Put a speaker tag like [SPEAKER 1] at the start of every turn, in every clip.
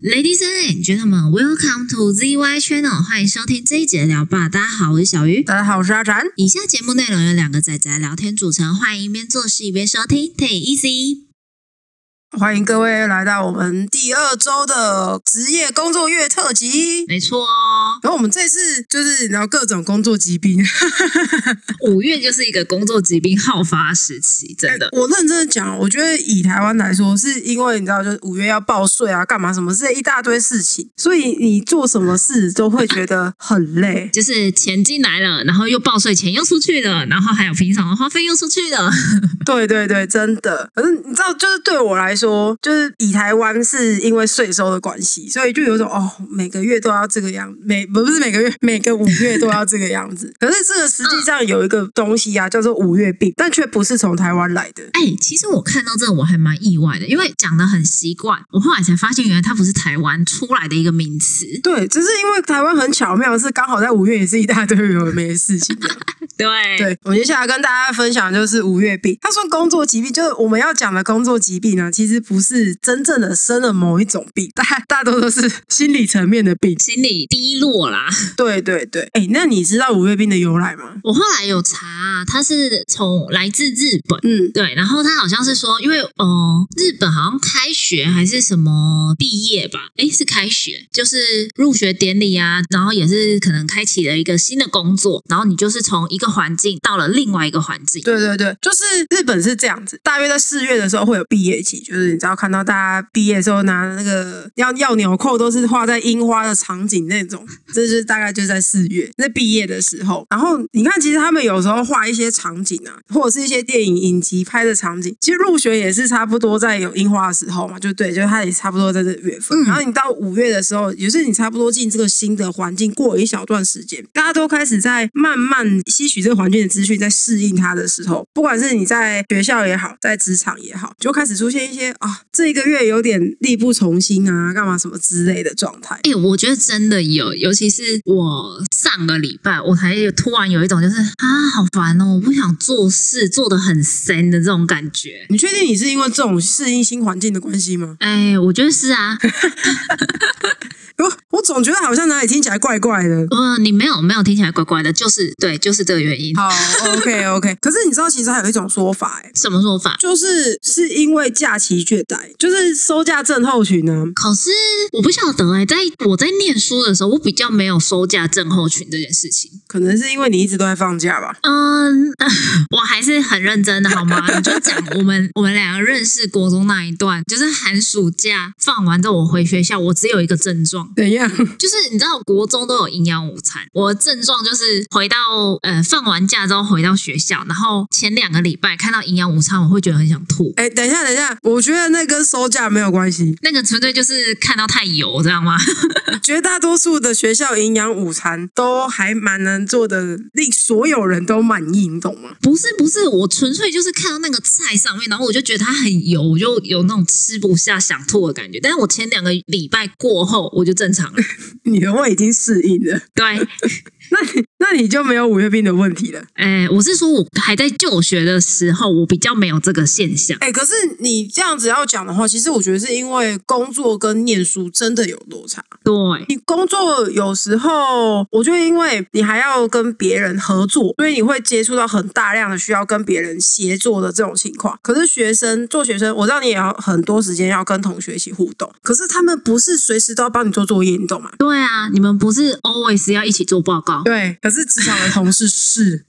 [SPEAKER 1] Ladies and gentlemen, welcome to ZY Channel，欢迎收听这一节的聊吧。大家好，我是小鱼。
[SPEAKER 2] 大家好，我是阿展。
[SPEAKER 1] 以下节目内容由两个仔仔聊天组成，欢迎一边做事一边收听，Take it easy。
[SPEAKER 2] 欢迎各位来到我们第二周的职业工作月特辑。
[SPEAKER 1] 没错哦，
[SPEAKER 2] 然后我们这次就是聊各种工作疾病。
[SPEAKER 1] 五月就是一个工作疾病好发时期，真的。。
[SPEAKER 2] 我认真的讲，我觉得以台湾来说，是因为你知道，就是五月要报税啊，干嘛什么这一大堆事情，所以你做什么事都会觉得很累
[SPEAKER 1] 就是钱进来了，然后又报税钱又出去了，然后还有平常的花费又出去了。
[SPEAKER 2] 对对对，真的。可是你知道，就是对我来说，就是以台湾是因为税收的关系，所以就有一种哦，每个月都要这个样，每不是每个月，每个五月都要这个样子。可是这个实际上有一个东西啊，叫做五月病，但却不是从台湾来的。
[SPEAKER 1] 哎、其实我看到这个我还蛮意外的，因为讲的很习惯，我后来才发现原来它不是台湾出来的一个名词，
[SPEAKER 2] 对，只是因为台湾很巧妙，是刚好在五月也是一大堆有的没的事情。
[SPEAKER 1] 对
[SPEAKER 2] 对，我们接下来跟大家分享的就是五月病。他说工作疾病，就是我们要讲的工作疾病呢，其实不是真正的生了某一种病，大大多都是心理层面的病。
[SPEAKER 1] 心里低落啦。
[SPEAKER 2] 对对对，哎，那你知道五月病的由来吗？
[SPEAKER 1] 我后来有查，啊它是从来自日本。
[SPEAKER 2] 嗯，
[SPEAKER 1] 对，然后它好像是说，因为呃，日本好像开学还是什么毕业吧？诶，是开学，就是入学典礼啊，然后也是可能开启了一个新的工作，然后你就是从一个环境到了另外一个环境。
[SPEAKER 2] 对对对，就是日本是这样子，大约在四月的时候会有毕业季，就是你知道看到大家毕业的时候拿那个要要纽扣都是画在樱花的场景那种，这就是大概就在四月那毕业的时候。然后你看，其实他们有时候画一些场景啊，或者是一些电影影集拍的场景，其实入学也是差不多在有樱花的时候嘛，就对，就是它也差不多在这个月份。
[SPEAKER 1] 嗯
[SPEAKER 2] 然后你到五月的时候，也是你差不多进这个新的环境过一小段时间，大家都开始在慢慢吸取这个环境的资讯，在适应它的时候，不管是你在学校也好，在职场也好，就开始出现一些啊，这一个月有点力不从心啊，干嘛什么之类的状态。
[SPEAKER 1] 哎、我觉得真的有，尤其是我上个礼拜，我才有突然有一种就是啊，好烦哦，我不想做事，做的很深的这种感觉。
[SPEAKER 2] 你确定你是因为这种适应新环境的关系吗？
[SPEAKER 1] 哎，我觉得是啊，
[SPEAKER 2] 我我总觉得好像哪里听起来怪怪的。
[SPEAKER 1] 呃，你没有没有听起来怪怪的，就是对，就是这个原因。
[SPEAKER 2] 好，OK OK。可是你知道，其实还有一种说法、欸，
[SPEAKER 1] 什么说法？
[SPEAKER 2] 就是是因为假期倦怠，就是收假症候群啊呢、
[SPEAKER 1] 可是我不晓得哎、在我在念书的时候，我比较没有收假症候群这件事情。
[SPEAKER 2] 可能是因为你一直都在放假吧。
[SPEAKER 1] 嗯，我还是很认真的，好吗？ 你就讲我们 我们两个认识国中那一段，就是寒暑假放完之后，我回学校，我只有一个症状，
[SPEAKER 2] 怎样？
[SPEAKER 1] 就是你知道国中都有营养午餐，我的症状就是回到呃放完假之后回到学校，然后前两个礼拜看到营养午餐，我会觉得很想吐。
[SPEAKER 2] 哎、等一下，等一下，我觉得那跟收假没有关系。
[SPEAKER 1] 那个纯粹就是看到太油，知道吗？
[SPEAKER 2] 绝大多数的学校营养午餐都还蛮能做的，令所有人都满意，你懂吗？
[SPEAKER 1] 不是不是，我纯粹就是看到那个菜上面，然后我就觉得它很油，我就有那种吃不下想吐的感觉。但是我前两个礼拜过后，我就正常 了。
[SPEAKER 2] 你的胃已经适应了，
[SPEAKER 1] 对，
[SPEAKER 2] 那你那你就没有五月病的问题了。
[SPEAKER 1] 哎，我是说我还在就学的时候，我比较没有这个现象。
[SPEAKER 2] 哎、可是你这样子要讲的话，其实我觉得是因为工作跟念书真的有落差。
[SPEAKER 1] 对，
[SPEAKER 2] 你工作有时候，我觉得因为你还要跟别人合作，所以你会接触到很大量的需要跟别人协作的这种情况。可是学生做学生，我知道你也要很多时间要跟同学一起互动，可是他们不是随时都要帮你做作业，你懂吗？
[SPEAKER 1] 对啊，你们不是 always 要一起做报告？
[SPEAKER 2] 对，可是职场的同事是。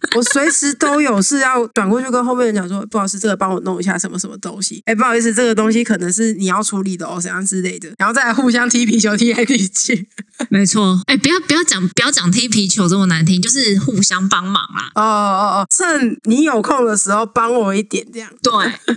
[SPEAKER 2] 我随时都有事要转过去跟后面人讲说，不好意思，这个帮我弄一下什么什么东西。哎，不好意思，这个东西可能是你要处理的哦，怎样之类的，然后再来互相踢皮球、踢来踢去。
[SPEAKER 1] 没错。哎，不要不要讲不要讲踢皮球这么难听，就是互相帮忙啊啦。
[SPEAKER 2] 哦哦哦，趁你有空的时候帮我一点，这样。
[SPEAKER 1] 对，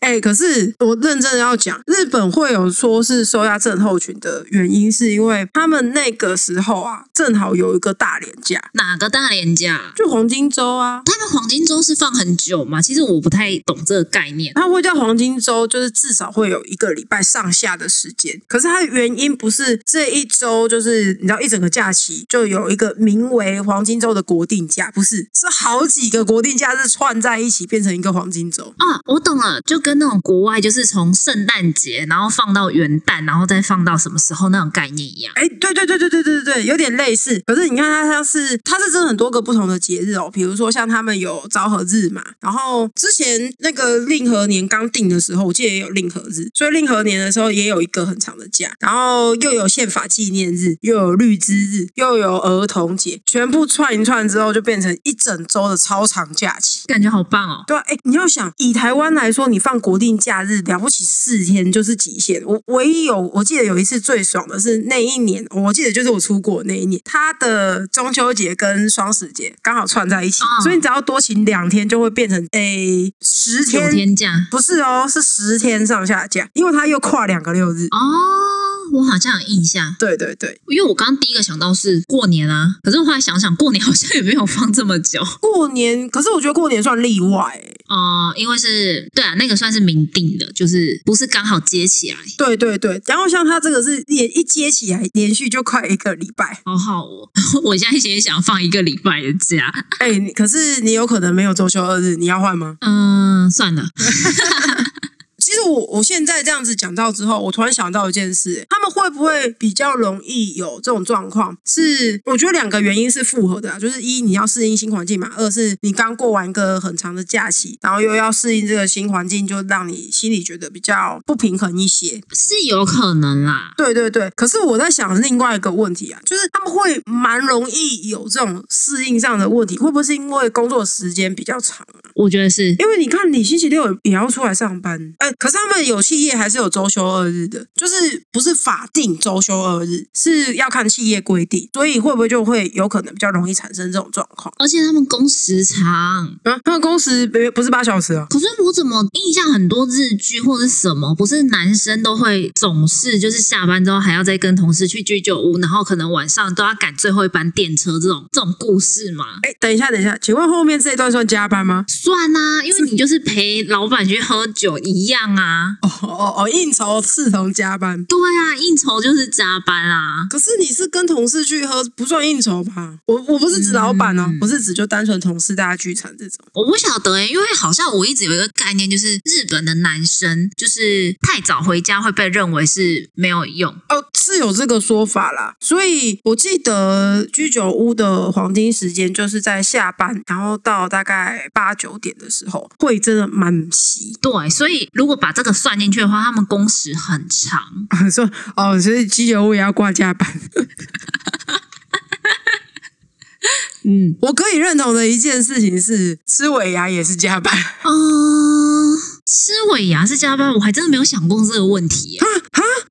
[SPEAKER 2] 哎、可是我认真的要讲，日本会有说是收押症候群的原因，是因为他们那个时候啊，正好有一个大连假，
[SPEAKER 1] 哪个大脸家？
[SPEAKER 2] 就黄金金周啊。
[SPEAKER 1] 他们黄金周是放很久嘛？其实我不太懂这个概念。
[SPEAKER 2] 它会叫黄金周，就是至少会有一个礼拜上下的时间。可是它的原因不是这一周，就是你知道一整个假期就有一个名为黄金周的国定假，不是，是好几个国定假日串在一起变成一个黄金周。
[SPEAKER 1] 啊，我懂了，就跟那种国外就是从圣诞节，然后放到元旦，然后再放到什么时候那种概念一样。
[SPEAKER 2] 哎，对对对对对对对对，有点类似。可是你看它像是它是真的很多个不同的节日哦，比如说像他们有昭和日嘛，然后之前那个令和年刚定的时候，我记得也有令和日，所以令和年的时候也有一个很长的假，然后又有宪法纪念日，又有绿之日，又有儿童节，全部串一串之后就变成一整周的超长假期。
[SPEAKER 1] 感觉好棒哦！
[SPEAKER 2] 对啊，哎，你要想，以台湾来说，你放国定假日了不起四天就是极限。我唯一有，我记得有一次最爽的是那一年，我记得就是我出国那一年，它的中秋节跟双十节刚好串在一起，
[SPEAKER 1] 嗯
[SPEAKER 2] 所以你只要多请两天，就会变成诶十
[SPEAKER 1] 九
[SPEAKER 2] 天，
[SPEAKER 1] 天假
[SPEAKER 2] 不是哦，是十天上下假，因为它又跨两个六日。
[SPEAKER 1] 哦，我好像有印象，
[SPEAKER 2] 对对对，
[SPEAKER 1] 因为我刚刚第一个想到是过年啊，可是我后来想想，过年好像也没有放这么久
[SPEAKER 2] 过年，可是我觉得过年算例外、欸
[SPEAKER 1] 哦、因为是对啊，那个算是明定的，就是不是刚好接起来。
[SPEAKER 2] 对对对，然后像它这个是连一接起来，连续就快一个礼拜。
[SPEAKER 1] 好好哦， 我现在也想放一个礼拜的假，
[SPEAKER 2] 哎、你可是你有可能没有周休二日，你要换吗？
[SPEAKER 1] 嗯，算了，
[SPEAKER 2] 其实我我现在这样子讲到之后，我突然想到一件事，他们会不会比较容易有这种状况？是我觉得两个原因是复合的、啊，就是一你要适应新环境嘛，二是你刚过完一个很长的假期，然后又要适应这个新环境，就让你心里觉得比较不平衡一些。
[SPEAKER 1] 是有可能啦，
[SPEAKER 2] 对对对，可是我在想另外一个问题啊，就是他们会蛮容易有这种适应上的问题，会不会是因为工作时间比较长？
[SPEAKER 1] 我觉得是
[SPEAKER 2] 因为你看，你星期六也要出来上班，哎、可是他们有企业还是有周休二日的，就是不是法定周休二日，是要看企业规定，所以会不会就会有可能比较容易产生这种状况？
[SPEAKER 1] 而且他们工时长，
[SPEAKER 2] 啊，他们工时不不是八小时啊？
[SPEAKER 1] 可是我怎么印象很多日剧或者什么，不是男生都会总是就是下班之后还要再跟同事去居酒屋，然后可能晚上都要赶最后一班电车这种这种故事嘛？
[SPEAKER 2] 哎，等一下，等一下，请问后面这一段算加班吗？
[SPEAKER 1] 算啊，因为你就是陪老板去喝酒一样啊。
[SPEAKER 2] 哦哦哦，应酬视同加班。
[SPEAKER 1] 对啊，应酬就是加班啊。
[SPEAKER 2] 可是你是跟同事去喝，不算应酬吧？我我不是指老板哦，
[SPEAKER 1] 嗯
[SPEAKER 2] 不是指就单纯同事大家聚餐这种。
[SPEAKER 1] 我不晓得诶、欸因为好像我一直有一个概念，就是日本的男生就是太早回家会被认为是没有用。
[SPEAKER 2] 哦，是有这个说法啦。所以我记得居酒屋的黄金时间就是在下班，然后到大概八九点的时候，会真的蛮稀。
[SPEAKER 1] 对，所以如果把这个算进去的话，他们工时很长。
[SPEAKER 2] 说哦，所以居酒屋也要挂加班。
[SPEAKER 1] 嗯，
[SPEAKER 2] 我可以认同的一件事情是，吃尾牙也是加班 啊，
[SPEAKER 1] 嗯，吃尾牙是加班，我还真的没有想过这个问题耶、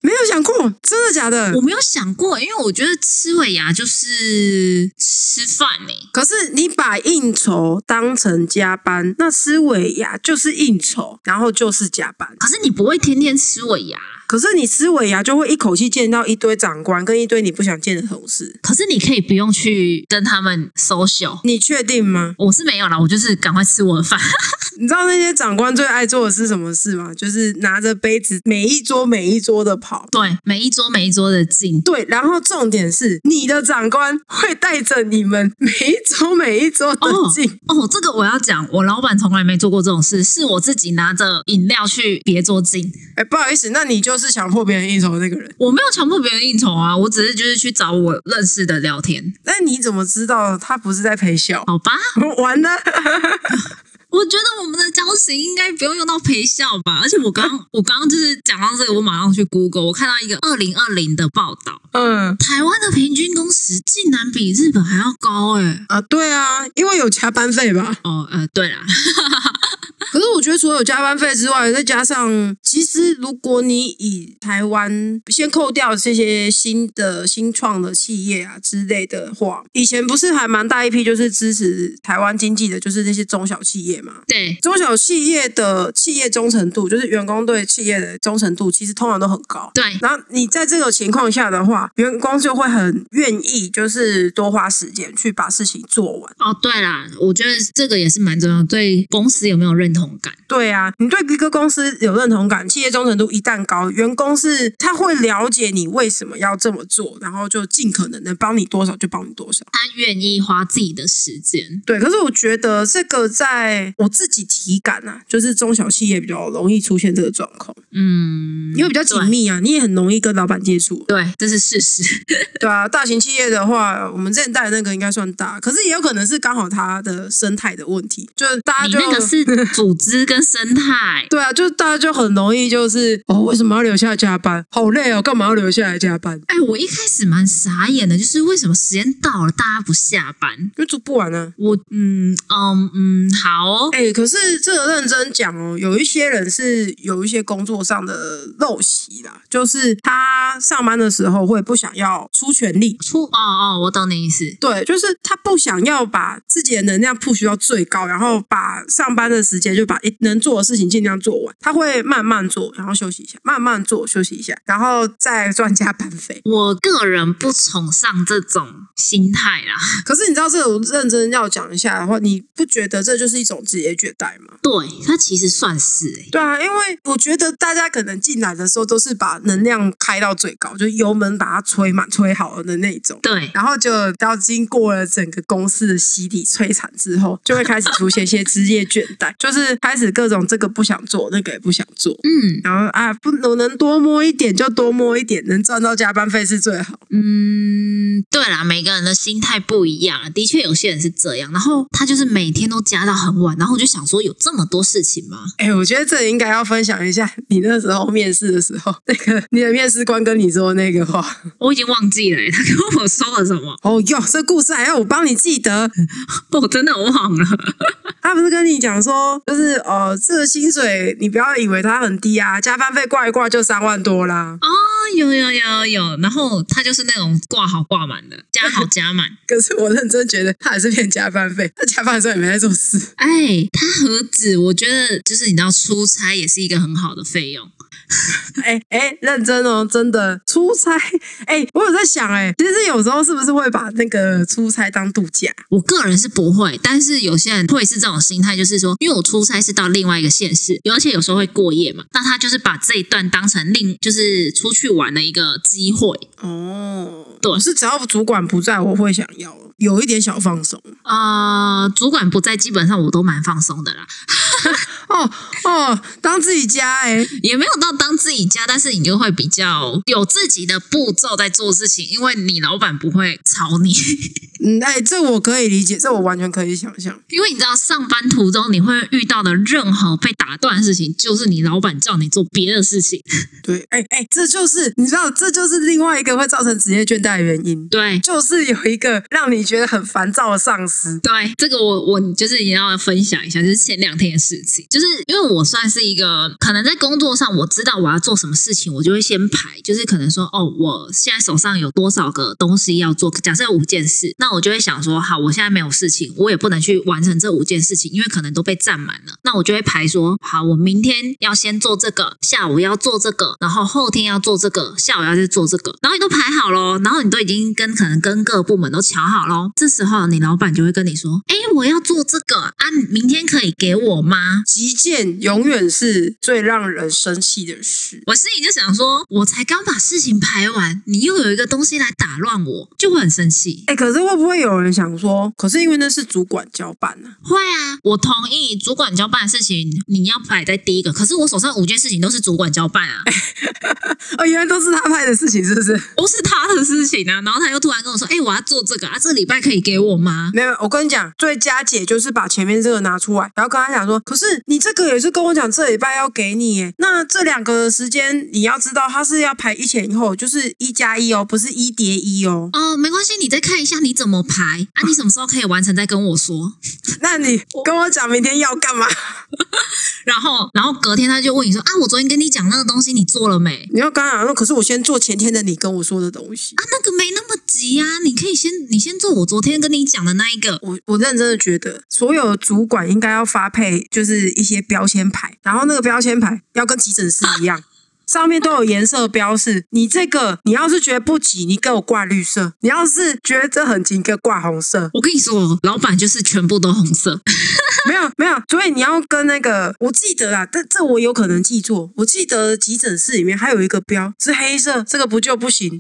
[SPEAKER 2] 没有想过，真的假的
[SPEAKER 1] 我？没有想过，因为我觉得吃尾牙就是吃饭呢、
[SPEAKER 2] 可是你把应酬当成加班，那吃尾牙就是应酬，然后就是加班。
[SPEAKER 1] 可是你不会天天吃尾牙，
[SPEAKER 2] 可是你吃尾牙就会一口气见到一堆长官跟一堆你不想见的同事，
[SPEAKER 1] 可是你可以不用去跟他们 social。
[SPEAKER 2] 你确定吗？
[SPEAKER 1] 我是没有啦，我就是赶快吃我的饭。
[SPEAKER 2] 你知道那些长官最爱做的是什么事吗？就是拿着杯子每一桌每一桌的跑。
[SPEAKER 1] 对，每一桌每一桌的进，
[SPEAKER 2] 对，然后重点是你的长官会带着你们每一桌每一桌的
[SPEAKER 1] 哦
[SPEAKER 2] 进。
[SPEAKER 1] 哦，这个我要讲，我老板从来没做过这种事，是我自己拿着饮料去别桌进，
[SPEAKER 2] 哎、不好意思，那你就是强迫别人应酬的那个人。
[SPEAKER 1] 我没有强迫别人应酬啊，我只是就是去找我认识的聊天，
[SPEAKER 2] 那你怎么知道他不是在陪笑？
[SPEAKER 1] 好吧？
[SPEAKER 2] 完了，
[SPEAKER 1] 我觉得我们的交情应该不用用到陪笑吧，而且我 刚我刚刚就是讲到这个，我马上去 Google，我看到一个二零二零的报道，
[SPEAKER 2] 嗯
[SPEAKER 1] 台湾的平均工时竟然比日本还要高哎、
[SPEAKER 2] 啊，对啊，因为有加班费吧？
[SPEAKER 1] 哦呃，对啦，
[SPEAKER 2] 可是我觉得除了有加班费之外，再加上其实如果你以台湾先扣掉这些新的新创的企业啊之类的话，以前不是还蛮大一批就是支持台湾经济的，就是那些中小企业嘛。
[SPEAKER 1] 对，
[SPEAKER 2] 中小企业的企业忠诚度，就是员工对企业的忠诚度，其实通常都很高。
[SPEAKER 1] 对，
[SPEAKER 2] 然后你在这种情况下的话，员工就会很愿意，就是多花时间去把事情做完。
[SPEAKER 1] 哦，对啦，我觉得这个也是蛮重要，对公司有没有认同感？
[SPEAKER 2] 对啊，你对一个公司有认同感，企业忠诚度一旦高，员工是他会了解你为什么要这么做，然后就尽可能的帮你多少就帮你多少。
[SPEAKER 1] 他愿意花自己的时间，
[SPEAKER 2] 对，可是我觉得这个在我自己体感啊，就是中小企业比较容易出现这个状况，
[SPEAKER 1] 嗯，
[SPEAKER 2] 因为比较紧密啊，你也很容易跟老板接触。
[SPEAKER 1] 对，对，这是事实。
[SPEAKER 2] 对啊，大型企业的话，我们之前带的那个应该算大，可是也有可能是刚好它的生态的问题，就是大家
[SPEAKER 1] 你
[SPEAKER 2] 就，
[SPEAKER 1] 那个是组织跟生态
[SPEAKER 2] 对啊，就是大家就很容易就是哦，为什么要留下来加班？好累哦，干嘛要留下来加班？
[SPEAKER 1] 哎，我一开始蛮傻眼的，就是为什么时间到了大家不下班？
[SPEAKER 2] 因为做不完啊。
[SPEAKER 1] 我嗯嗯嗯，好哦，
[SPEAKER 2] 哎、可是这个认真讲哦，有一些人是有一些工作上的陋习啦，就是他上班的时候会不想要出全力，
[SPEAKER 1] 出哦哦，我懂你意思。
[SPEAKER 2] 对，就是他不想要把自己的能量 push 到最高，然后把上班的时间就把一能做的事情尽量做完。他会慢慢做，然后休息一下，慢慢做，休息一下，然后再赚加班费。
[SPEAKER 1] 我个人不崇尚这种心态啦。
[SPEAKER 2] 可是你知道这种认真要讲一下的话，你不觉得这就是一种职业倦怠吗？
[SPEAKER 1] 对，它其实算是哎、
[SPEAKER 2] 对啊，因为我觉得大家可能进来的时候都是把能量开到最高，就是油门把它吹满、吹好了的那一种。
[SPEAKER 1] 对，
[SPEAKER 2] 然后就到经过了整个公司的洗礼摧残之后，就会开始出现一些职业倦怠， 就是开始各种这个不想做，那个也不想做。
[SPEAKER 1] 嗯
[SPEAKER 2] 然后啊，不能能多摸一点就多摸一点，能赚到加班费是最好。
[SPEAKER 1] 嗯，对啦，每个人的心态不一样啊，的确有些人是这样，然后他就是每天都加到很晚，然后我就想说，有这么多事情吗？
[SPEAKER 2] 哎，我觉得这里应该要分享一下你那时候面试的时候，那个你的面试官跟你说那个话。
[SPEAKER 1] 我已经忘记了、欸，他跟我说了什么，
[SPEAKER 2] 哦哟，这故事还要我帮你记得。
[SPEAKER 1] 我真的忘了。
[SPEAKER 2] 他不是跟你讲说，就是哦，这个薪水你不要以为它很低啊，加班费挂一挂就三万多啦。
[SPEAKER 1] 哦，有有有有，然后他就是那种挂好挂满的，加好加 满。
[SPEAKER 2] 可是我认真觉得他还是骗加班费，他加班的时候也没在做事。
[SPEAKER 1] 哎，他何止？我觉得就是你知道，出差也是一个很好的费用。
[SPEAKER 2] 哎哎，认真哦，真的出差。哎，我有在想，哎，其实有时候是不是会把那个出差当度假？
[SPEAKER 1] 我个人是不会，但是有些人会是这种心态，就是说，因为我出差是到另外一个县市，而且有时候会过夜嘛，那他就是把这一段当成另就是出去玩的一个机会
[SPEAKER 2] 哦，
[SPEAKER 1] 对
[SPEAKER 2] 是只要主管不在，我会想要有一点小放松。
[SPEAKER 1] 啊、呃主管不在，基本上我都蛮放松的啦，
[SPEAKER 2] 哦哦，当自己家哎、
[SPEAKER 1] 也没有到当自己家，但是你就会比较有自己的步骤在做事情，因为你老板不会吵你，
[SPEAKER 2] 嗯哎，这我可以理解，这我完全可以想象。
[SPEAKER 1] 因为你知道上班途中你会遇到的任何被打断的事情，就是你老板叫你做别的事情。
[SPEAKER 2] 对，哎哎，这就是你知道，这就是另外一个会造成职业倦怠的原因，
[SPEAKER 1] 对
[SPEAKER 2] 就是有一个让你觉得很烦躁的上司。
[SPEAKER 1] 对，这个我我就是也要分享一下，就是前两天的事情，就是因为我算是一个可能在工作上我知道我要做什么事情，我就会先排，就是可能说哦，我现在手上有多少个东西要做，假设有五件事，那我就会想说，好，我现在没有事情，我也不能去完成这五件事情，因为可能都被占满了，那我就会排说，好，我明天要先做这个，下午要做这个，然后后天要做这个，下午要再做这个，然后你都排好咯，然后你都已经跟可能跟各部门都瞧好咯，这时候你老板就会跟你说，哎，我要做这个啊，明天可以给我吗？
[SPEAKER 2] 极限永远是最让人生气的事。
[SPEAKER 1] 我心里就想说，我才刚把事情排完，你又有一个东西来打乱我，就会很生气。
[SPEAKER 2] 哎、可是会不会有人想说，可是因为那是主管交办呢、
[SPEAKER 1] 会啊，我同意主管交办的事情你要排在第一个，可是我手上五件事情都是主管交办啊，
[SPEAKER 2] 啊？哦，原来都是他派的事情，是不是？
[SPEAKER 1] 都是他的事情啊。然后他又突然跟我说：“哎、我要做这个啊，这礼拜可以给我吗
[SPEAKER 2] 没有，我跟你讲，最佳解就是把前面这个拿出来，然后跟他讲说，可是你这个也是跟我讲这礼拜要给你耶，那这两个的时间你要知道，它是要排一前一后，就是一加一哦，不是一叠一哦。
[SPEAKER 1] 哦，没关系，你再看一下你怎么排啊？你什么时候可以完成再跟我说。
[SPEAKER 2] 那你跟我讲明天要干嘛？
[SPEAKER 1] 然后，然后隔天他就问你说啊，我昨天跟你讲那个东西你做了没？
[SPEAKER 2] 你要刚讲，那可是我先做前天的你跟我说的东西。
[SPEAKER 1] 啊，那个没那么急呀、啊，你可以先你先做我昨天跟你讲的那一个。
[SPEAKER 2] 我我认真的觉得，所有主管应该要发配，就是一些标签牌，然后那个标签牌要跟急诊室一样，上面都有颜色标示。你这个，你要是觉得不急，你给我挂绿色；你要是觉得这很急，你给我挂红色。
[SPEAKER 1] 我跟你说，哦老板就是全部都红色。
[SPEAKER 2] 没有没有，所以你要跟那个，我记得啦，但这我有可能记错。我记得急诊室里面还有一个标是黑色，这个不就不行？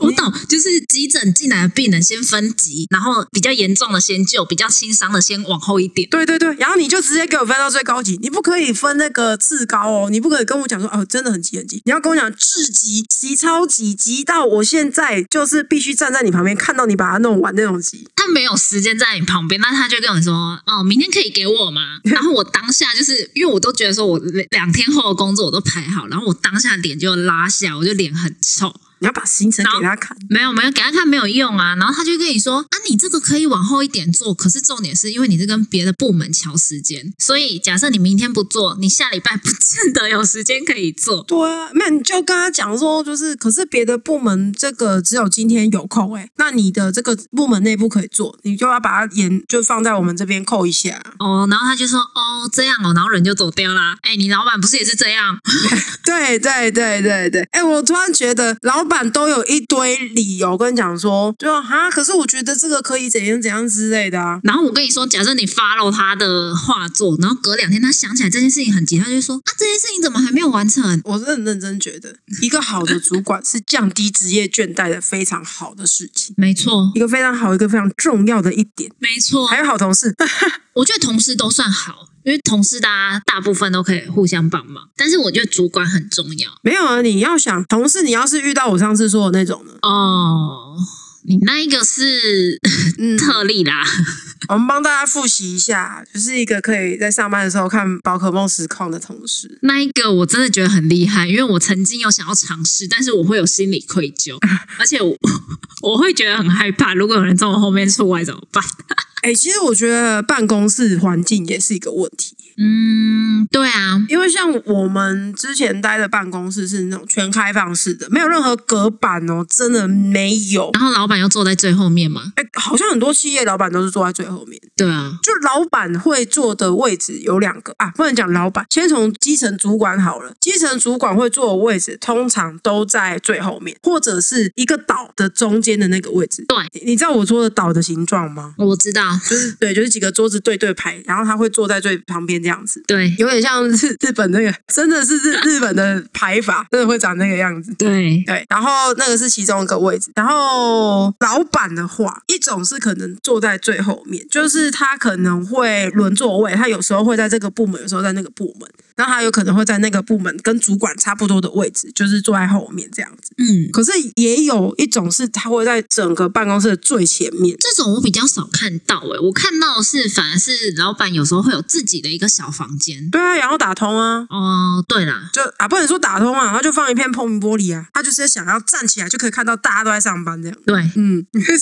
[SPEAKER 1] 我懂，就是急诊进来的病人先分级，然后比较严重的先救，比较轻伤的先往后一点。
[SPEAKER 2] 对对对，然后你就直接给我分到最高级，你不可以分那个次高哦，你不可以跟我讲说哦，真的很急很急，你要跟我讲至急、急超级、急到我现在就是必须站在你旁边，看到你把它弄完那种急。
[SPEAKER 1] 他没有时间在你旁边，那他就跟你说：“哦，明天可以给我吗？” 然后我当下就是因为我都觉得说我两两天后的工作我都排好，然后我当下脸就拉下，我就脸很臭。
[SPEAKER 2] 你要把行程给他看，
[SPEAKER 1] 没有没有，给他看没有用啊。然后他就跟你说啊，你这个可以往后一点做，可是重点是因为你是跟别的部门调时间，所以假设你明天不做，你下礼拜不见得有时间可以做。
[SPEAKER 2] 对啊，那你就跟他讲说，就是可是别的部门这个只有今天有空哎、那你的这个部门内部可以做，你就要把它延就放在我们这边扣一下。
[SPEAKER 1] 哦，然后他就说哦这样哦，然后人就走掉啦。哎，你老板不是也是这样？
[SPEAKER 2] 对对对对对，哎、我突然觉得老板都有一堆理由跟你讲说，就哈，可是我觉得这个可以怎样怎样之类的啊。
[SPEAKER 1] 然后我跟你说，假设你 follow 他的画作，然后隔两天他想起来这件事情很急，他就说啊这件事情怎么还没有完成？
[SPEAKER 2] 我是很认真觉得，一个好的主管是降低职业倦怠的非常好的事情，
[SPEAKER 1] 没错
[SPEAKER 2] 一，个非常好，一个非常重要的一点。
[SPEAKER 1] 没错
[SPEAKER 2] 还有好同事，
[SPEAKER 1] 我觉得同事都算好，因为同事大家大部分都可以互相帮忙，但是我觉得主管很重要
[SPEAKER 2] 没有啊？你要想同事，你要是遇到我上次说的那种呢，
[SPEAKER 1] 哦。你那一个是
[SPEAKER 2] 嗯，
[SPEAKER 1] 特例啦，
[SPEAKER 2] 我们帮大家复习一下，就是一个可以在上班的时候看宝可梦实况的同事。
[SPEAKER 1] 那一个我真的觉得很厉害，因为我曾经有想要尝试，但是我会有心理愧 疚，而且我我会觉得很害怕，如果有人从我后面出来怎么办？
[SPEAKER 2] 哎、其实我觉得办公室环境也是一个问题，
[SPEAKER 1] 嗯，对啊，
[SPEAKER 2] 因为像我们之前待的办公室是那种全开放式的，没有任何隔板哦，真的没有。
[SPEAKER 1] 然后老板又坐在最后面嘛，
[SPEAKER 2] 哎、好像很多企业老板都是坐在最后面。
[SPEAKER 1] 对啊，
[SPEAKER 2] 就老板会坐的位置有两个啊，不能讲老板，先从基层主管好了。基层主管会坐的位置通常都在最后面，或者是一个岛的中间的那个位置。
[SPEAKER 1] 对
[SPEAKER 2] 你，你知道我说的岛的形状吗？
[SPEAKER 1] 我知道，
[SPEAKER 2] 就是对，就是几个桌子对对排，然后他会坐在最旁边这样子，
[SPEAKER 1] 对
[SPEAKER 2] 有点像日日本那个，真的是日日本的排法，真的会长那个样子。
[SPEAKER 1] 对，
[SPEAKER 2] 对，然后那个是其中一个位置。然后老板的话，一种是可能坐在最后面，就是他可能会轮座位，他有时候会在这个部门，有时候在那个部门，然后他有可能会在那个部门跟主管差不多的位置，就是坐在后面这样子。
[SPEAKER 1] 嗯，
[SPEAKER 2] 可是也有一种是他会在整个办公室的最前面。
[SPEAKER 1] 这种我比较少看到诶、我看到的是反而是老板有时候会有自己的一个小房间。
[SPEAKER 2] 对啊，然后打通啊，
[SPEAKER 1] 哦，对啦，
[SPEAKER 2] 就啊不能说打通啊，他就放一片透明玻璃啊，他就是想要站起来就可以看到大家都在上班这样。
[SPEAKER 1] 对，
[SPEAKER 2] 嗯， 就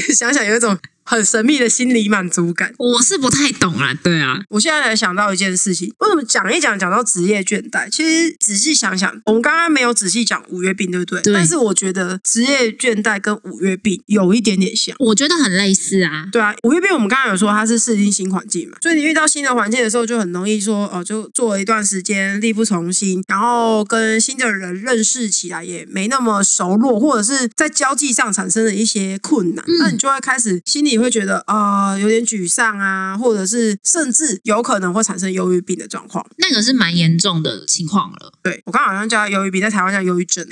[SPEAKER 2] 是想想有一种很神秘的心理满足感。
[SPEAKER 1] 我是不太懂啦，对啊，
[SPEAKER 2] 我现在才想到一件事情，为什么讲一讲讲到职业倦怠？其实仔细想想，我们刚刚没有仔细讲五月病，对不对？
[SPEAKER 1] 对
[SPEAKER 2] 但是我觉得职业倦怠跟五月病有一点点像。
[SPEAKER 1] 我觉得很类似啊。
[SPEAKER 2] 对啊，五月病我们刚刚有说它是适应新环境嘛，所以你遇到新的环境的时候，就很容易说哦，就做了一段时间力不从心，然后跟新的人认识起来也没那么熟络，或者是在交际上产生了一些困难，那你就会开始心里会觉得啊、有点沮丧啊，或者是甚至有可能会产生忧郁病的状况。
[SPEAKER 1] 那个是蛮严重的情况了。
[SPEAKER 2] 对我刚刚好像叫它忧郁病，在台湾叫忧郁症。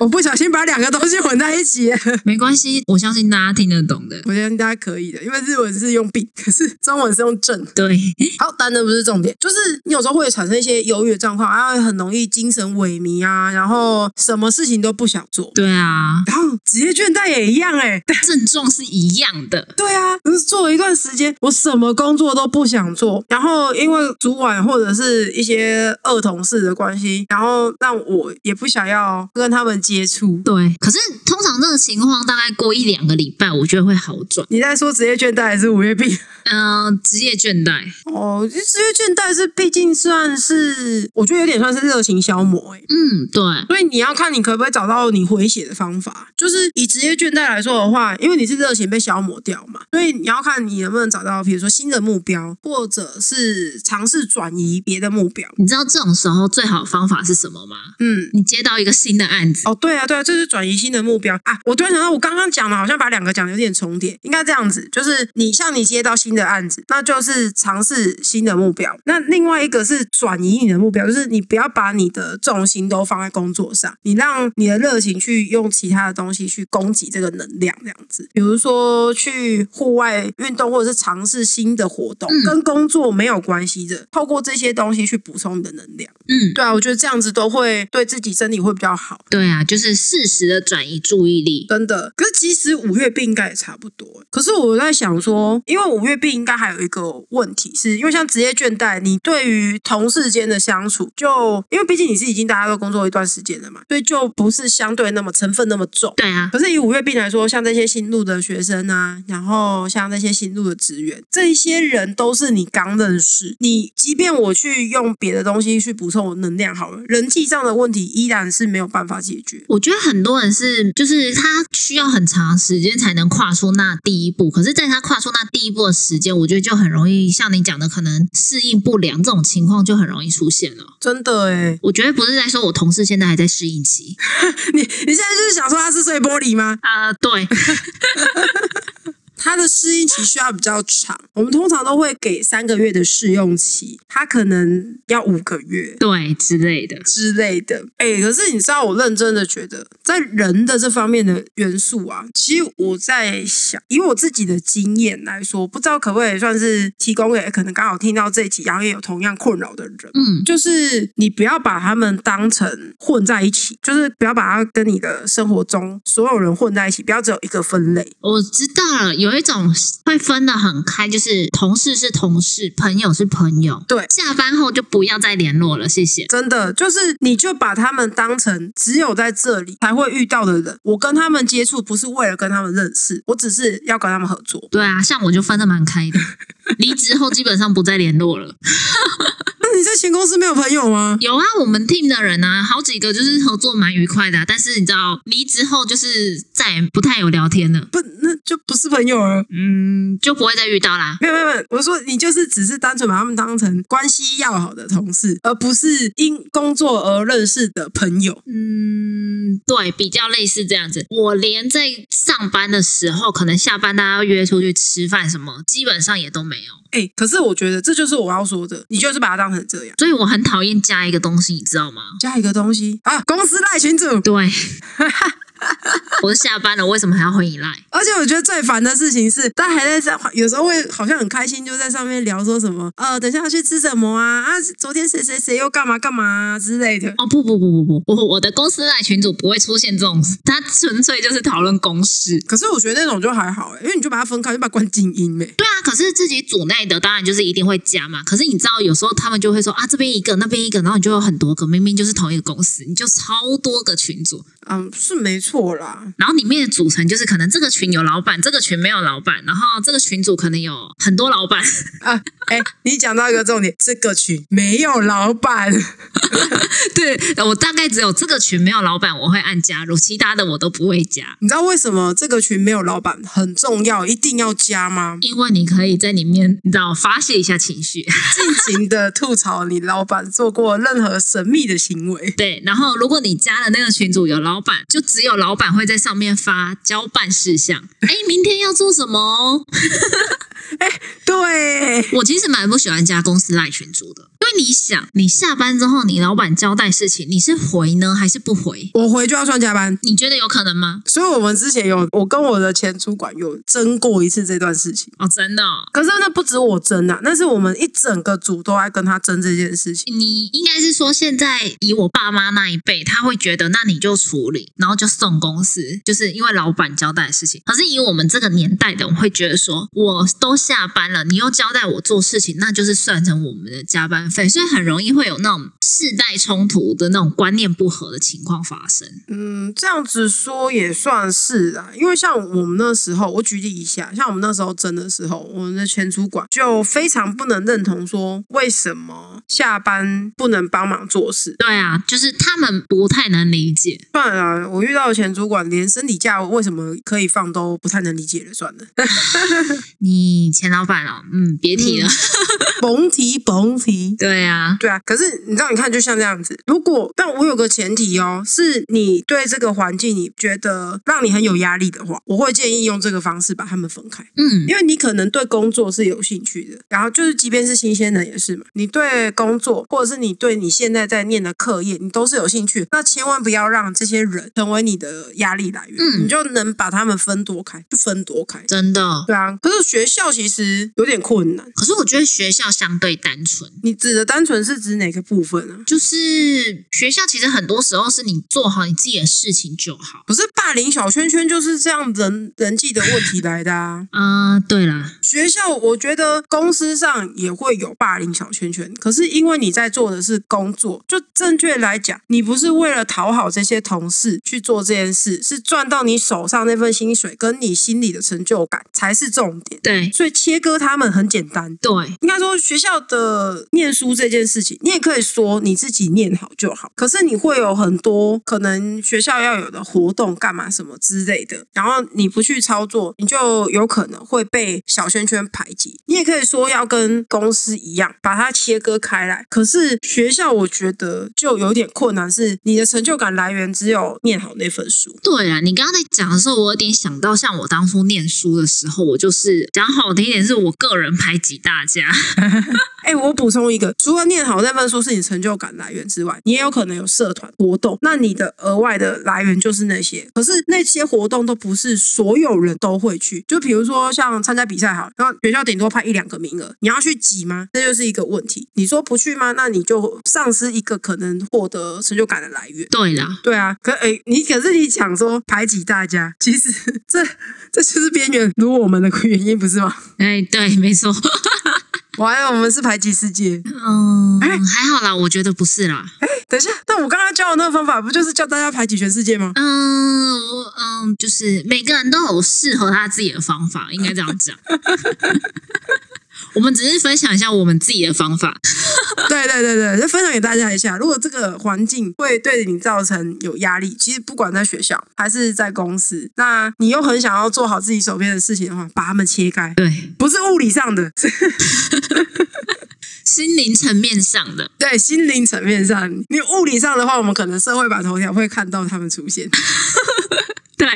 [SPEAKER 2] 我不小心把两个东西混在一起了。
[SPEAKER 1] 没关系，我相信大家听得懂的。
[SPEAKER 2] 我觉得大家可以的，因为日文是用 b，可是中文是用正。
[SPEAKER 1] 对，
[SPEAKER 2] 好，当然不是重点，就是你有时候会产生一些忧郁的状况，啊，很容易精神萎靡啊，然后什么事情都不想做，
[SPEAKER 1] 对啊，
[SPEAKER 2] 然后职业倦怠也一样哎、
[SPEAKER 1] 症状是一样的。
[SPEAKER 2] 对啊，就是做了一段时间，我什么工作都不想做，然后因为主管或者是一些二同事的关系，然后让我也不想要跟他们接触。
[SPEAKER 1] 对，可是通常这个情况大概过一两个礼拜，我觉得会好转。
[SPEAKER 2] 你在说职业倦怠还是五月病？
[SPEAKER 1] 嗯、职业倦怠，
[SPEAKER 2] 哦，职业倦怠是毕竟算是，我觉得有点算是热情消磨、欸，
[SPEAKER 1] 嗯，对，
[SPEAKER 2] 所以你要看你可不可以找到你回血的方法。就是以职业倦怠来说的话，因为你是热情被消磨掉嘛，所以你要看你能不能找到，比如说新的目标，或者是尝试转移别的目标。
[SPEAKER 1] 你知道这种时候最好的方法是什么吗？
[SPEAKER 2] 嗯。
[SPEAKER 1] 你接到一个新的案子，
[SPEAKER 2] 哦，对啊，对啊，这是转移新的目标啊！我突然想到，我刚刚讲的，好像把两个讲的有点重叠，应该这样子，就是你像你接到新的案子，那就是尝试新的目标；那另外一个是转移你的目标，就是你不要把你的重心都放在工作上，你让你的热情去用其他的东西去供给这个能量，这样子，比如说去户外运动，或者是尝试新的活动，
[SPEAKER 1] 嗯
[SPEAKER 2] 跟工作没有关系的，透过这些东西去补充你的能量。
[SPEAKER 1] 嗯，
[SPEAKER 2] 对啊，我觉得这样子都会对自己身体会比较好。
[SPEAKER 1] 对啊，就是适时的转移注意力。
[SPEAKER 2] 真的。可是其实五月病应该也差不多。可是我在想说，因为五月病应该还有一个问题是，因为像职业倦怠，你对于同事间的相处，就因为毕竟你是已经大家都工作一段时间了嘛，所以就不是相对那么成分那么重。
[SPEAKER 1] 对啊，
[SPEAKER 2] 可是以五月病来说，像这些新入的学生啊，然后像那些新入的职员，这一些人都是你刚认识。你即便我去用别的东西去补充我能量好了，人际上的问题依然是没有办法解决。
[SPEAKER 1] 我觉得很多人是，就是他需要很长时间才能跨出那第一步，可是，在他跨出那第一步的时间，我觉得就很容易像你讲的，可能适应不良这种情况就很容易出现了。
[SPEAKER 2] 真的欸诶，
[SPEAKER 1] 我觉得不是在说我同事现在还在适应期
[SPEAKER 2] 你你现在就是想说他是碎玻璃吗？
[SPEAKER 1] 啊、对，
[SPEAKER 2] 他的适应期需要比较长，我们通常都会给三个月的试用期，他可能要五个月。
[SPEAKER 1] 对之类的，
[SPEAKER 2] 之类的，哎、可是你知道，我认真的觉得，在人的这方面的元素啊，其实我在想，以我自己的经验来说，不知道可不可以算是提供给可能刚好听到这一集，然后也有同样困扰的人。
[SPEAKER 1] 嗯，
[SPEAKER 2] 就是你不要把他们当成混在一起，就是不要把它跟你的生活中所有人混在一起，不要只有一个分类。
[SPEAKER 1] 我知道了，有一种会分得很开，就是同事是同事，朋友是朋友，
[SPEAKER 2] 对
[SPEAKER 1] 下班后就不要再联络了，谢谢。
[SPEAKER 2] 真的，就是你就把他们当成只有在这里才会遇到的人。我跟他们接触不是为了跟他们认识，我只是要跟他们合作。
[SPEAKER 1] 对啊，像我就分得蛮开的，离职后基本上不再联络了。
[SPEAKER 2] 那你在前公司没有朋友吗？
[SPEAKER 1] 有啊，我们 team 的人啊，好几个就是合作蛮愉快的啊、但是你知道离职后就是再也不太有聊天了，
[SPEAKER 2] 不，那就不是朋友了。
[SPEAKER 1] 嗯，就不会再遇到啦。
[SPEAKER 2] 没有没有，没有，我说你就是只是单纯把他们当成关系要好的同事，而不是因工作而认识的朋友。
[SPEAKER 1] 嗯，对，比较类似这样子。我连在上班的时候，可能下班大家要约出去吃饭什么，基本上也都没有。
[SPEAKER 2] 哎、可是我觉得这就是我要说的，你就是把它当成这样。
[SPEAKER 1] 所以我很讨厌加一个东西，你知道吗？
[SPEAKER 2] 加一个东西啊，公司赖群主。
[SPEAKER 1] 对， 我都下班了，为什么还要回你来？
[SPEAKER 2] 而且我觉得最烦的事情是，他还在上，有时候会好像很开心，就在上面聊说什么，呃，等一下要去吃什么啊啊，昨天谁谁谁又干嘛干嘛、啊、之类的。
[SPEAKER 1] 哦不不不不不，我我的公司赖群组不会出现这种，它纯粹就是讨论公事。
[SPEAKER 2] 可是我觉得那种就还好、欸，因为你就把它分开，就把它关静音呗、欸
[SPEAKER 1] 对啊，可是自己组内的当然就是一定会加嘛。可是你知道，有时候他们就会说啊，这边一个，那边一个，然后你就有很多个，明明就是同一个公司，你就超多个群组，
[SPEAKER 2] 嗯，是没错啦。
[SPEAKER 1] 然后里面的组成就是可能这个群有老板，这个群没有老板，然后这个群组可能有很多老板，
[SPEAKER 2] 啊，哎、你讲到一个重点，这个群没有老板，
[SPEAKER 1] 对我大概只有这个群没有老板，我会按加入，其他的我都不会加，
[SPEAKER 2] 你知道为什么这个群没有老板很重要，一定要加吗？
[SPEAKER 1] 因为你可以在里面，你知道发泄一下情绪。
[SPEAKER 2] 尽情的吐槽你老板做过任何神秘的行为。
[SPEAKER 1] 对，然后如果你加了那个群组有老板，就只有老板会在上面发交办事项， 哎，明天要做什么哦？
[SPEAKER 2] 对，
[SPEAKER 1] 我其实蛮不喜欢加公司赖群组的，因为你想，你下班之后，你老板交代事情，你是回呢还是不回？
[SPEAKER 2] 我回就要算加班。
[SPEAKER 1] 你觉得有可能吗？
[SPEAKER 2] 所以我们之前有，我跟我的前主管有争过一次这段事情。
[SPEAKER 1] 哦，真的哦、
[SPEAKER 2] 可是那不止我争啊，那是我们一整个组都在跟他争这件事情。
[SPEAKER 1] 你应该是说，现在以我爸妈那一辈，他会觉得那你就处理，然后就送公司，就是因为老板交代的事情。可是以我们这个年代的，我会觉得说，我都下班了，你又交代我做事情，那就是算成我们的加班费，所以很容易会有那种世代冲突的那种观念不合的情况发生。
[SPEAKER 2] 嗯，这样子说也算是啊，因为像我们那时候，我举例一下，像我们那时候争的时候，我们的前主管就非常不能认同说，为什么下班不能帮忙做事？
[SPEAKER 1] 对啊，就是他们不太能理解。
[SPEAKER 2] 算了啊，我遇到的前主管连身体假为什么可以放都不太能理解了，算了，
[SPEAKER 1] 你前老板哦，嗯，别提了。
[SPEAKER 2] 甭提甭提。
[SPEAKER 1] 对啊，
[SPEAKER 2] 对啊，可是你知道，你看，就像这样子，如果但我有个前提哦，是你对这个环境你觉得让你很有压力的话，我会建议用这个方式把他们分开，
[SPEAKER 1] 嗯，
[SPEAKER 2] 因为你可能对工作是有兴趣的，然后就是即便是新鲜人也是嘛，你对工作或者是你对你现在在念的课业，你都是有兴趣，那千万不要让这些人成为你的压力来源，
[SPEAKER 1] 嗯
[SPEAKER 2] 你就能把他们分多开，就分多开。
[SPEAKER 1] 真的。
[SPEAKER 2] 对啊，可是学校其实有点困难。
[SPEAKER 1] 可是我觉得学校相对单纯，
[SPEAKER 2] 你指的单纯是指哪个部分啊？
[SPEAKER 1] 就是学校其实很多时候是你做好你自己的事情就好。。
[SPEAKER 2] 不是霸凌小圈圈就是这样人人际的问题来的啊
[SPEAKER 1] 啊、对啦，
[SPEAKER 2] 学校我觉得公司上也会有霸凌小圈圈，可是因为你在做的是工作，就正确来讲，你不是为了讨好这些同事去做这件事，是赚到你手上那份薪水跟你心里的成就感才是重点。
[SPEAKER 1] 对
[SPEAKER 2] 所以切割他们很简单，
[SPEAKER 1] 对，
[SPEAKER 2] 应该说学校的念书这件事情，你也可以说你自己念好就好。可是你会有很多可能学校要有的活动干嘛什么之类的，然后你不去操作，你就有可能会被小圈圈排挤。你也可以说要跟公司一样，把它切割开来。可是学校我觉得就有点困难，是你的成就感来源只有念好那份书。
[SPEAKER 1] 对啦，你刚刚在讲的时候，我有点想到，像我当初念书的时候，我就是讲好听一点，是我个人排挤大家。
[SPEAKER 2] 哎、我补充一个，除了念好那份书是你成就感来源之外，你也有可能有社团活动，那你的额外的来源就是那些。可是那些活动都不是所有人都会去，就比如说像参加比赛好了，然后学校顶多派一两个名额，你要去挤吗？这就是一个问题。你说不去吗？那你就丧失一个可能获得成就感的来源。
[SPEAKER 1] 对啦，
[SPEAKER 2] 对啊，可诶、你可是你讲说排挤大家，其实 这这就是边缘如我们的原因，不是吗？
[SPEAKER 1] 哎，对，没错，
[SPEAKER 2] 我还有我们是排挤世 界。
[SPEAKER 1] 嗯，
[SPEAKER 2] 哎
[SPEAKER 1] 还好啦，我觉得不是啦。
[SPEAKER 2] 等一下，那我刚刚教的那个方法，不就是叫大家排挤全世界吗？
[SPEAKER 1] 嗯，我嗯，就是每个人都有适合他自己的方法，应该这样讲。 我们只是分享一下我们自己的方法。
[SPEAKER 2] 对对对对，就分享给大家一下。如果这个环境会对你造成有压力，其实不管在学校还是在公司，那你又很想要做好自己手边的事情的话，把它们切开，
[SPEAKER 1] 对，
[SPEAKER 2] 不是物理上的， 是
[SPEAKER 1] 心灵层面上的，
[SPEAKER 2] 对心灵层面上。你物理上的话，我们可能社会版头条会看到他们出现，
[SPEAKER 1] 对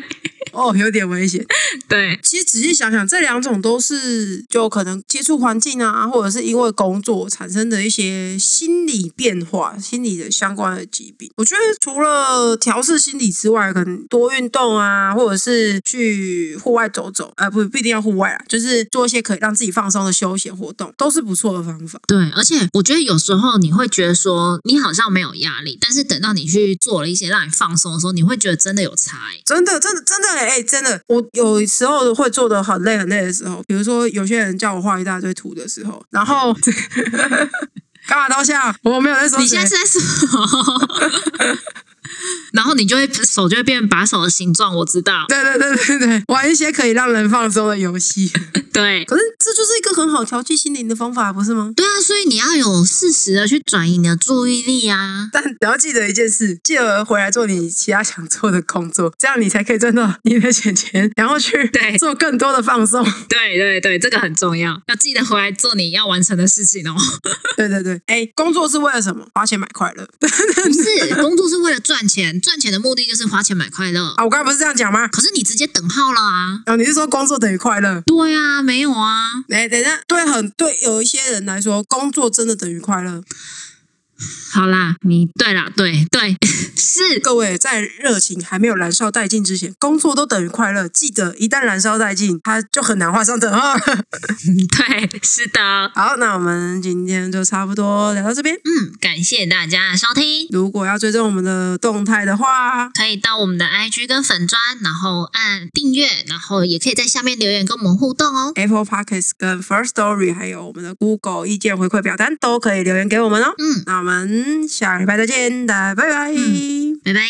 [SPEAKER 2] 哦，有点危险。
[SPEAKER 1] 对，
[SPEAKER 2] 其实仔细想想，这两种都是就可能接触环境啊，或者是因为工作产生的一些心理变化、心理的相关的疾病。我觉得除了调试心理之外，可能多运动啊，或者是去户外走走，呃，不不一定要户外啊，就是做一些可以让自己放松的休闲活动，都是不错的方法。
[SPEAKER 1] 对，而且我觉得有时候你会觉得说你好像没有压力，但是等到你去做了一些让你放松的时候，你会觉得真的有差、欸。
[SPEAKER 2] 真的，真的，真的，哎、真的，我有时候会做的很累很累的时候，比如说有些人叫我画一大堆图的时候，然后 干嘛都笑？我没有在说
[SPEAKER 1] 你现在
[SPEAKER 2] 谁
[SPEAKER 1] 是在什么？ 然后你就会手就会变把手的形状，我知道。
[SPEAKER 2] 对对对对对，玩一些可以让人放松的游戏。
[SPEAKER 1] 对，
[SPEAKER 2] 可是这就是一个很好调剂心灵的方法，不是吗？
[SPEAKER 1] 对啊，所以你要有适时的去转移你的注意力啊。
[SPEAKER 2] 但你要记得一件事，记得回来做你其他想做的工作，这样你才可以赚到 你的钱钱，然后去
[SPEAKER 1] 对
[SPEAKER 2] 做更多的放松。
[SPEAKER 1] 对对对，这个很重要，要记得回来做你要完成的事 情哦。
[SPEAKER 2] 对对对，哎、工作是为了什么？花钱买快乐。
[SPEAKER 1] 不是，工作是为了赚钱，赚钱的目的就是花钱买快乐。
[SPEAKER 2] 啊，我刚才不是这样讲吗？
[SPEAKER 1] 可是你直接等号了啊！
[SPEAKER 2] 哦，你是说工作等于快乐？
[SPEAKER 1] 对啊，没有啊，
[SPEAKER 2] 哎，等一下，对很对，有一些人来说，工作真的等于快乐。
[SPEAKER 1] 好啦，你对啦，对对 是，
[SPEAKER 2] 各位在热情还没有燃烧殆尽之前，工作都等于快乐。记得，一旦燃烧殆尽，它就很难画上等号。
[SPEAKER 1] 对是的，
[SPEAKER 2] 好，那我们今天就差不多聊到这边。
[SPEAKER 1] 嗯，感谢大家的收听。
[SPEAKER 2] 如果要追踪我们的动态的话，
[SPEAKER 1] 可以到我们的 IG 跟粉砖，然后按订阅，然后也可以在下面留言跟我们互动哦。
[SPEAKER 2] Apple Podcasts 跟 First Story，还有我们的 Google 意见回馈表单都可以留言给我们哦。
[SPEAKER 1] 嗯，
[SPEAKER 2] 那我们下礼拜再见，大家拜拜。
[SPEAKER 1] 嗯拜拜。